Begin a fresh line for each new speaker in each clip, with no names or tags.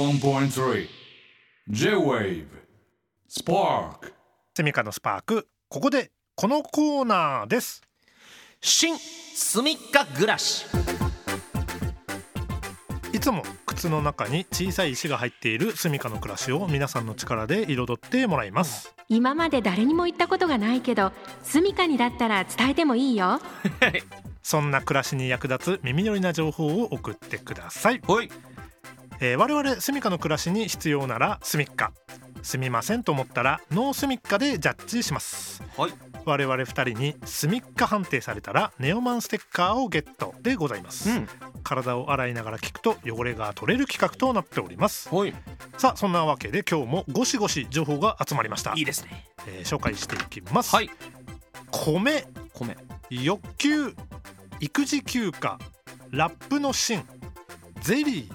81.3 J-Wave Spark
セミカのスパークここでこのコーナーです
新スミッカ暮らし
いつも靴の中に小さい石が入っているスミカの暮らしを皆さんの力で彩ってもらいます
今まで誰にも言ったことがないけど住処にだったら伝えてもいいよ
そんな暮らしに役立つ耳寄りな情報を送ってください、
はい
えー我々スミカの暮らしに必要ならスミッカすみませんと思ったらノースミッカでジャッジします
はい
我々二人にスミッカ判定されたらネオマンステッカーをゲットでございます、
うん
体を洗いながら聞くと汚れが取れる企画となっております
はい
さあそんなわけで今日もゴシゴシ情報が集まりました
いいですね
えー紹介していきます、
はい
米
米
欲求育児休暇ラップの芯ゼリー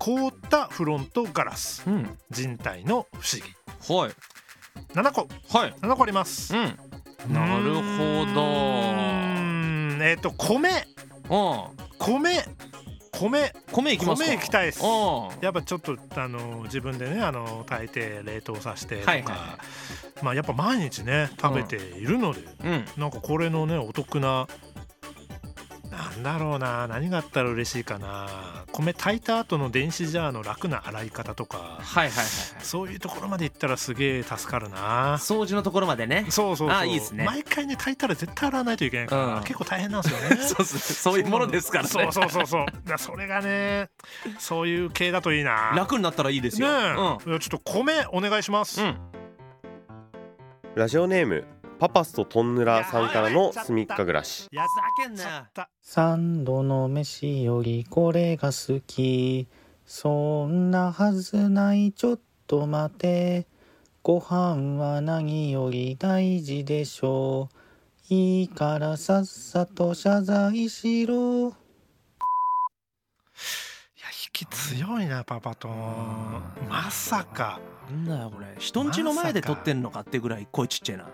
凍ったフロントガラス
うん
人体の不思議
はい
7個
はい
7個あります
うんなるほ
どえっ、と米
どうん
米米
米いきますか
米いきたいです
うん
やっぱちょっとあの自分でねあの炊いて冷凍させてとか、
はいは
まあやっぱ毎日ね食べているので、
うん
なんかこれのねお得ななんだろうな何があったら嬉しいかな米炊いた後の電子ジャーの楽な洗い方とか
はいはいはいはい
そういうところまでいったらすげえ助かるな
掃除のところまでね
そうそうそう
あいいっすね
毎回ね炊いたら絶対洗わないといけないから、
うん
結構大変なんですよね
そうそうそういうものですからね
そうそうそうそうだからそれがねそういう系だといいな
楽になったらいいです
ね
よ
え、
うん
いやちょっと米お願いします、
うん
ラジオネームパパスとトンヌラさんからのすみっか暮らし
やっ
ざけん
ちゃった
三度の飯よりこれが好きそんなはずないちょっと待てご飯は何より大事でしょういいからさっさと謝罪しろ
いや引き強いなパパと
うん
まさか
なんだよこれ人んちの前で撮ってんのかってぐらい声ちっちゃいな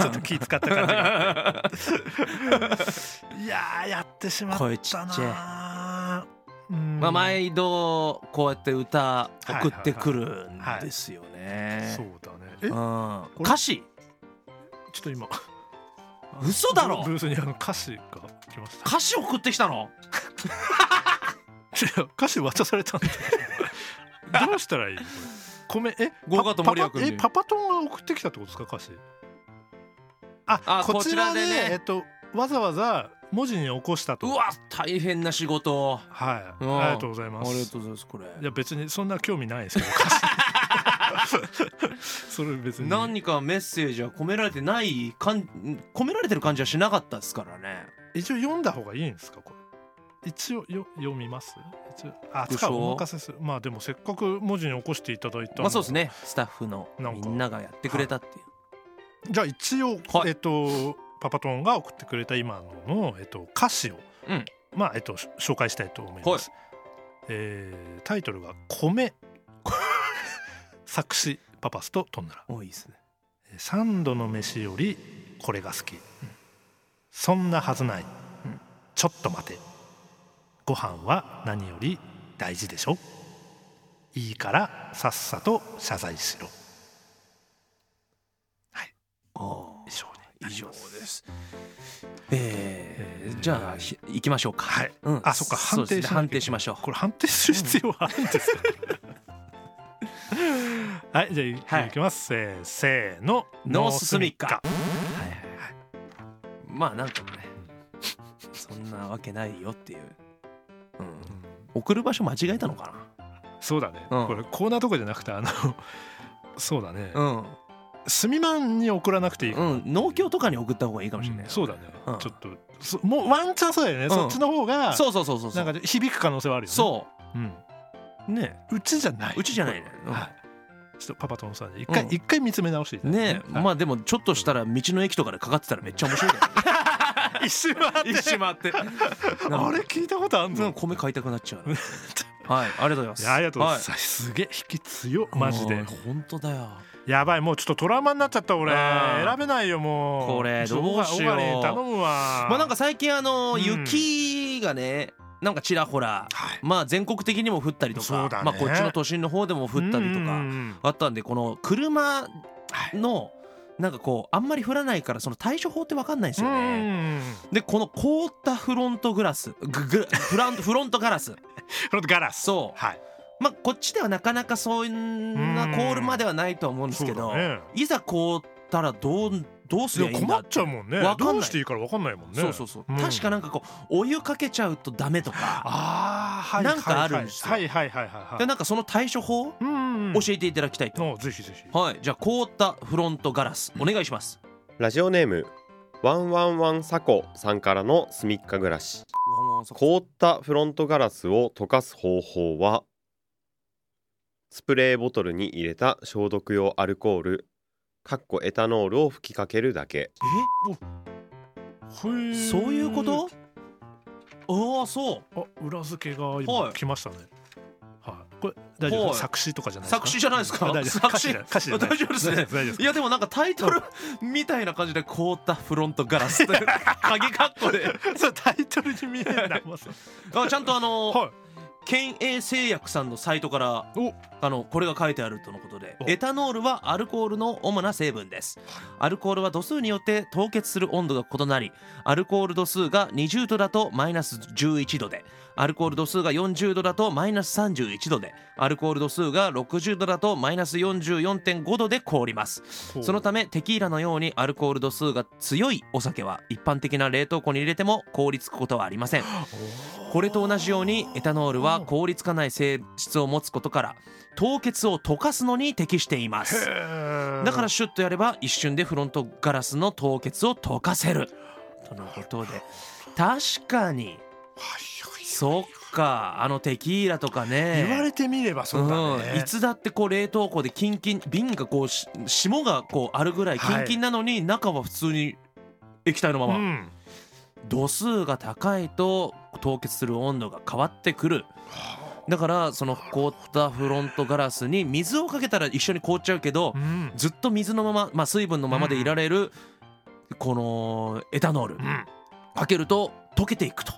ちょっと気使った感じが いやーやってしまったな
声ちっち
ゃい、うん
まあ毎度こうやって歌送ってくるんですよね
そうだねえ
うん
れ
歌詞
ちょっと今
嘘だろ
ブースにあの歌詞が来ました
歌詞送ってきたの
いや 歌詞渡されたん だどうしたらいいのこれ米え
ゴーカート
パ
森谷君に
パパえパパトンが送ってきたってことですか歌詞あ
あ
こちらで
こちらでね
えっとわざわざ文字に起こしたと
うわ大変な仕事
はい
うん
ありがとうござい
あ
ま
りが
す
とうございますこれ
いや別にそんな興味ないですけど歌詞 それ別に
何かメッセージは込められてないかん込められてる感じはしなかったですからね
一応読んだ方がいいんですかこれ一応よ読みます一応あ
でしょ
つかお任せするまあでもせっかく文字に起こしていただいたの
まあそうですねスタッフの
なん
み
か
んながやってくれたっていう
じゃあ一応、
はい
えっとパパトーンが送ってくれた今のの、えっと、歌詞を、
うん
まあえっとし紹介したいと思います、えータイトルが「 米」作詞パパスとトンネラ
多いですね
「三度の飯よりこれが好き」そんなはずない」ちょっと待て」「ご飯は何より大事でしょ」「いいからさっさと謝罪しろ」以上になりま
以
す
上です。えーじゃあひ行きましょうか。
はい
うん
あそっか
う
判定しなきゃい
ですね
けない
判定しましょう。
これ判定する必要はあるんですか、はいじゃあい,、
はい
きます、えーせーの
ノーススミッカ
ノースミ
はいはいはい。まあなんかね、そんなわけないよっていう。うん。送る場所間違えたのか
ッカそうだね、
うん
これコーナーとかじゃなくてあのそうだね、
な。うん。
すみまんに送らなくていい、
うん。農協とかに送った方がいいかもしれない。
うんそうだね、
うん
ちょっとそもうワンチャンそうだよね、
ん
そっちの方が
そうそうそうそうそう。
なんか響く可能性はあるよね、
そう
ん、
うね。
うちじゃないう
ちじゃないね。うん
はいちょっとパパ友さんに一回、
うん
一回見つめ直していただいて
ねまあでもちょっとしたら道の駅とかでかかってたらめっちゃ面白い けどね
あ 一周回って
一周回って
あれ聞いたことあんの、
うん米買いたくなっちゃうな はいありがとうございま
い
す
やありがとうございます
は、
すげえ引き強マジで
本当だよ
やばいもうちょっとトラウマになっちゃった俺
うん
選べないよもう
これ
ちょっと
どうしよう
オガリオガリ頼むわ
まあなんか最近あの
うん
雪がねなんかちらほら、
はい
まあ全国的にも降ったりと
そ
か、
うだね
まあこっちの都心の方でも降ったりと
うんう
か
んうん
あったんでこの車のなんかこうあんまり降らないからその対処法って分かんないんですよ
うんう
ね。
んうん
でこの凍ったフロントグラスググフランフロントガラス
フロントガラス
そう
はい
まあ、こっちではなかなかそんなコールまではないとは思うんですけ
うん
ど、
そうだね
いざ凍ったらどうどうす
い
りゃ
や
いいん
困
だ
っちゃうもんね
わかんない
どうしていいからわかんないもんね
そうそうそう、
ん
確かなんかこうお湯かけちゃうとダメ とか
ああはい
なんかあるんですよ
はいはいはいはいは
で
い
なんかその対処法を
うん
教えていただきたいと、
のぜひぜひ
はいじゃあ凍ったフロントガラスお願いします、
ラジオネームワンワンワンサコさんからのすみっか暮らし凍ったフロントガラスを溶かす方法はスプレーボトルに入れた消毒用アルコールかっこエタノールを吹きかけるだけ
えそういうことああそう
あ裏付けが
は
今
い
来ましたねはいこれ大丈
は
夫
い
作詞とかじゃないですか
作詞じゃないですか
あ大丈夫
作
歌詞
詞
じゃない歌詞じゃない
大丈夫です
大
ね
丈夫です
いやでもなんかタイトルみたいな感じで凍ったフロントガ ラスって鍵カッコで
そうタイトルに見えない
あちゃんとあの
は
県営製薬さんのサイトから
お
あのこれが書いてあるとのことで
お
エタノールはアルコールの主な成分ですアルコールは度数によって凍結する温度が異なりアルコール度数が20度だとマイナス11度でアルコール度数が40度だとマイナス31度でアルコール度数が60度だとマイナス44.5度で凍ります
い
そのためテキーラのようにアルコール度数が強いお酒は一般的な冷凍庫に入れても凍りつくことはありませんこれと同じようにエタノールは凍りつかない性質を持つことから凍結を溶かすのに適しています
だ
だからシュッとやれば一瞬でフロントガラスの凍結を溶かせるとのことで確かにそっかあのテキーラとかね
言われてみればそうだ
うん、
ね
いつだってこう冷凍庫でキンキン瓶がこうし霜がこうあるぐらいキンキンなのに、中は普通に液体のまま、
うん
度数が高いと凍結する温度が変わってくるだからその凍ったフロントガラスに水をかけたら一緒に凍っちゃうけど、
うん
ずっと水のまま、まあ、水分のままでいられる、このエタノール、
うん
かけると溶けていくと。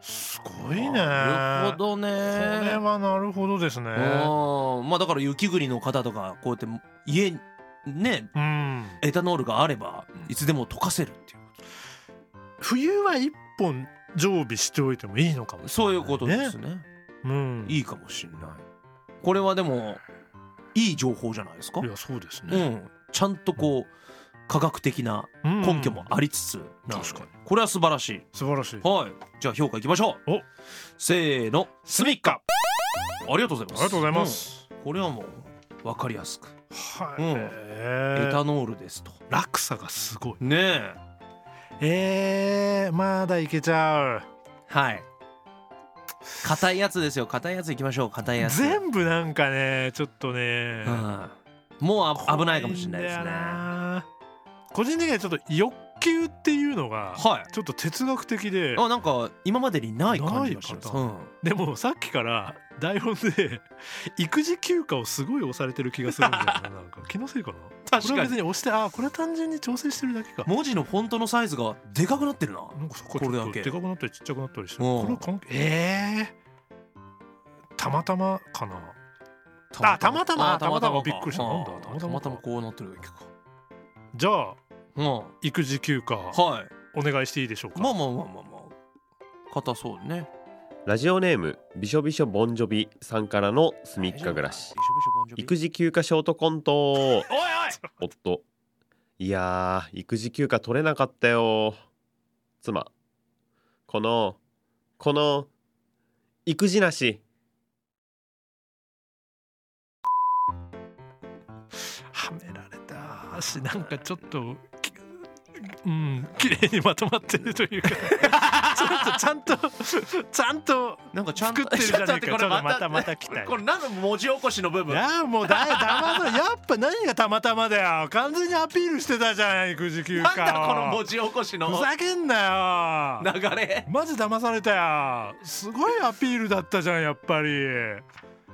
すごいね
なるほどね
これはなるほどですね
うんまあだから雪国の方とかこうやって家にね
うん
エタノールがあればいつでも溶かせるっていう
冬は一本常備しておいてもいいのかもしれ
そう
ないいう
ことですね
うん
いいかもしれないこれはでもいい情報じゃないですか
いやそうです
う
ね
んちゃんとこう科学的な
うん
根拠もありつつなので
確かに
これは素晴らしい
素晴らしい
はいじゃあ評価いきましょう
お
せーのスミッカありがとうございま
あ
す
りがとうございま、す
うんこれはもう分かりやすく
はい
うん
え
エ
ー
タノールですと
落差がすごい
ねえ
えーまだいけちゃう
はい。硬いやつですよ。硬いやついきましょう。硬いやつ。
全部なんかねちょっとね
うんもうあ危ないかもしれないです
怖ん
ね。
だよ
は
な個人的にはちょっと欲求っていうのが
い。
ちょっと哲学的で
あなんか今までにない感じがし
ない
ます。
パター
う
ン
ん
でもさっきから台本で育児休暇をすごい押されてる気がするんだよななんか 気のせいかな
確
これは
かに
別に押してあこれは単純に調整してるだけか
文字のフォントのサイズがでかくなってるな。
なんかそこちょっ
これだ
と
け
でかくなったりちっちゃくなったりして
うん
これは関係えーたまたまかなあたまたま
あ
たまたまびっくりしたなんだ
うん
たまた
た
ま
ま
か
たまこうなってるだけか。
じゃあ
うん。
育児休暇
はい。
お願いしていいでしょうか
まあまあまあまあまあ。硬そうね。
ラジオネームびしょびしょボンジョビさんからのすみっか暮ら
び
し
しょびしょボンジョビ
育児休暇ショートコント
おいおい。
夫いやー育児休暇取れなかったよ妻このこの育児なし
はめられたしなんかちょっときうん綺麗にまとまってると いうかちょっとちゃんとちゃんと
なんかちゃんと
作ってるじゃねえか
ちょっと待ってこれ
ちょっとまたまた来たよ
これ何の文字起こしの部
い
分。
やもうだたまたまやっぱ何がたまたまだよ完全にアピールしてたじゃない育児休暇
な
を
んだこの文字起こしの
ふざけんなよ
流れ
マジ騙されたよすごいアピールだったじゃんやっぱり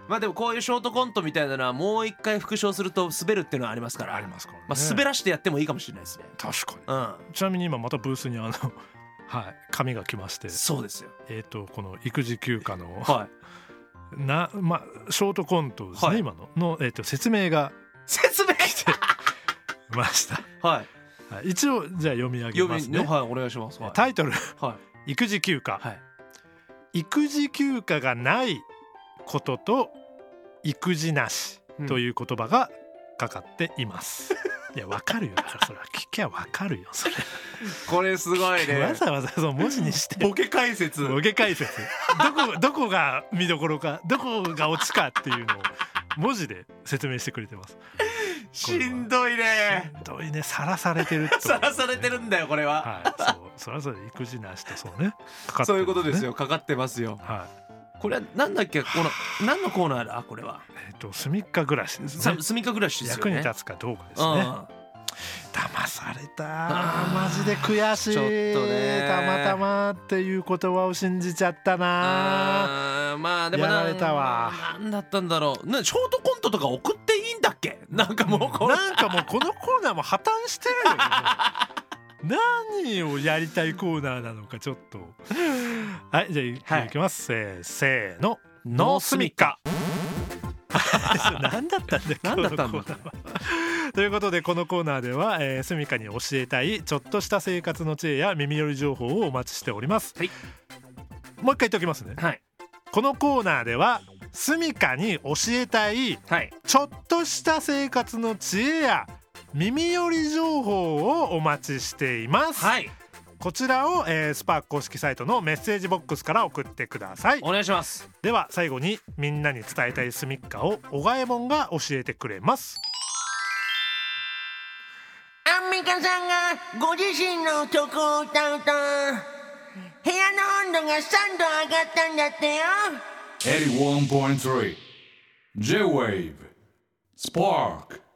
まあでもこういうショートコントみたいなのはもう一回復唱すると滑るっていうのはありますから
ありますからね
まあ、滑らしてやってもいいかもしれないですね
確かに
うん
ちなみに今またブースにあのはい、紙が来まして、
そうですよ
えー、とこの育児休暇の
はい
な、まあ、ショートコントですね、
はい
今のの、えー、と説明が
説明
来てました、
はい
はい、一応じゃあ読み上げ
読
ま
み、
すね、
はいお願いしますはい
タイトル
は
「育児休暇」
いはい
育児休暇がないことと育児なし
うん
という言葉がかかってい ます、いやわかるよだからそれは聞きゃわかるよそれ
これすごい
わ
ね
ざわざその文字にして
ボケ解説
ボケ解説どこどこが見どころかどこがオチかっていうのを文字で説明してくれてます
しんどいね
ひどいねさらされてるってこと
さらされてるんだよこれ
は
は、
いそうそらそれ育児なしとそうねかかって
そう
る
い
ん
うことですよかかってますよ
はい
これはなんだっけこの何のコーナーだこれは
えっ、と住みっか暮らしです
さ
ね
住みか暮らしですよ
役
ね
に立つかどうかです
う
ね、
ん
騙された
あー
マジで悔しい
ちょっとね
たまたまっていう言葉を信じちゃったな
あーまあでもな
やられたわ
何だったんだろうなショートコントとか送っていいんだっけなんかもうこれ
なんかもうこのコーナーも破綻してるよね何をやりたいコーナーなのかちょっとはいじゃあい,、
はい
きますせーせーのノースミッカ 何だったんだよ
何だったんだ
今日のコーナーはということでこのコーナーでは、えー、スミカに教えたいちょっとした生活の知恵や耳寄り情報をお待ちしております、
はい
もう一回言っておきますね
はい
このコーナーではスミカに教えたい
はい
ちょっとした生活の知恵や耳寄り情報をお待ちしています、
はい
こちらを、えースパーク公式サイトのメッセージボックスから送ってください
お願いします
では最後にみんなに伝えたいスミッカを小賀えもんが教えてくれます
アンミカさんがご自身の曲を歌うと部屋の温度が3度上がったんだってよ
81.3 J-Wave Spark